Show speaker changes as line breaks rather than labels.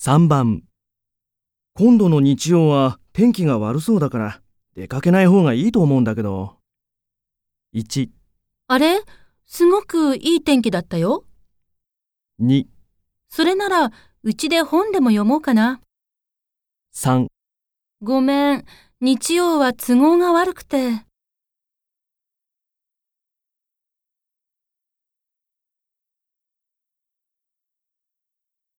3番今度の日曜は天気が悪そうだから出かけない方がいいと思うんだけど。1、
あれすごくいい天気だったよ。
2、
それなら、うちで本でも読もうかな。
3
ごめん、日曜は都合が悪くて。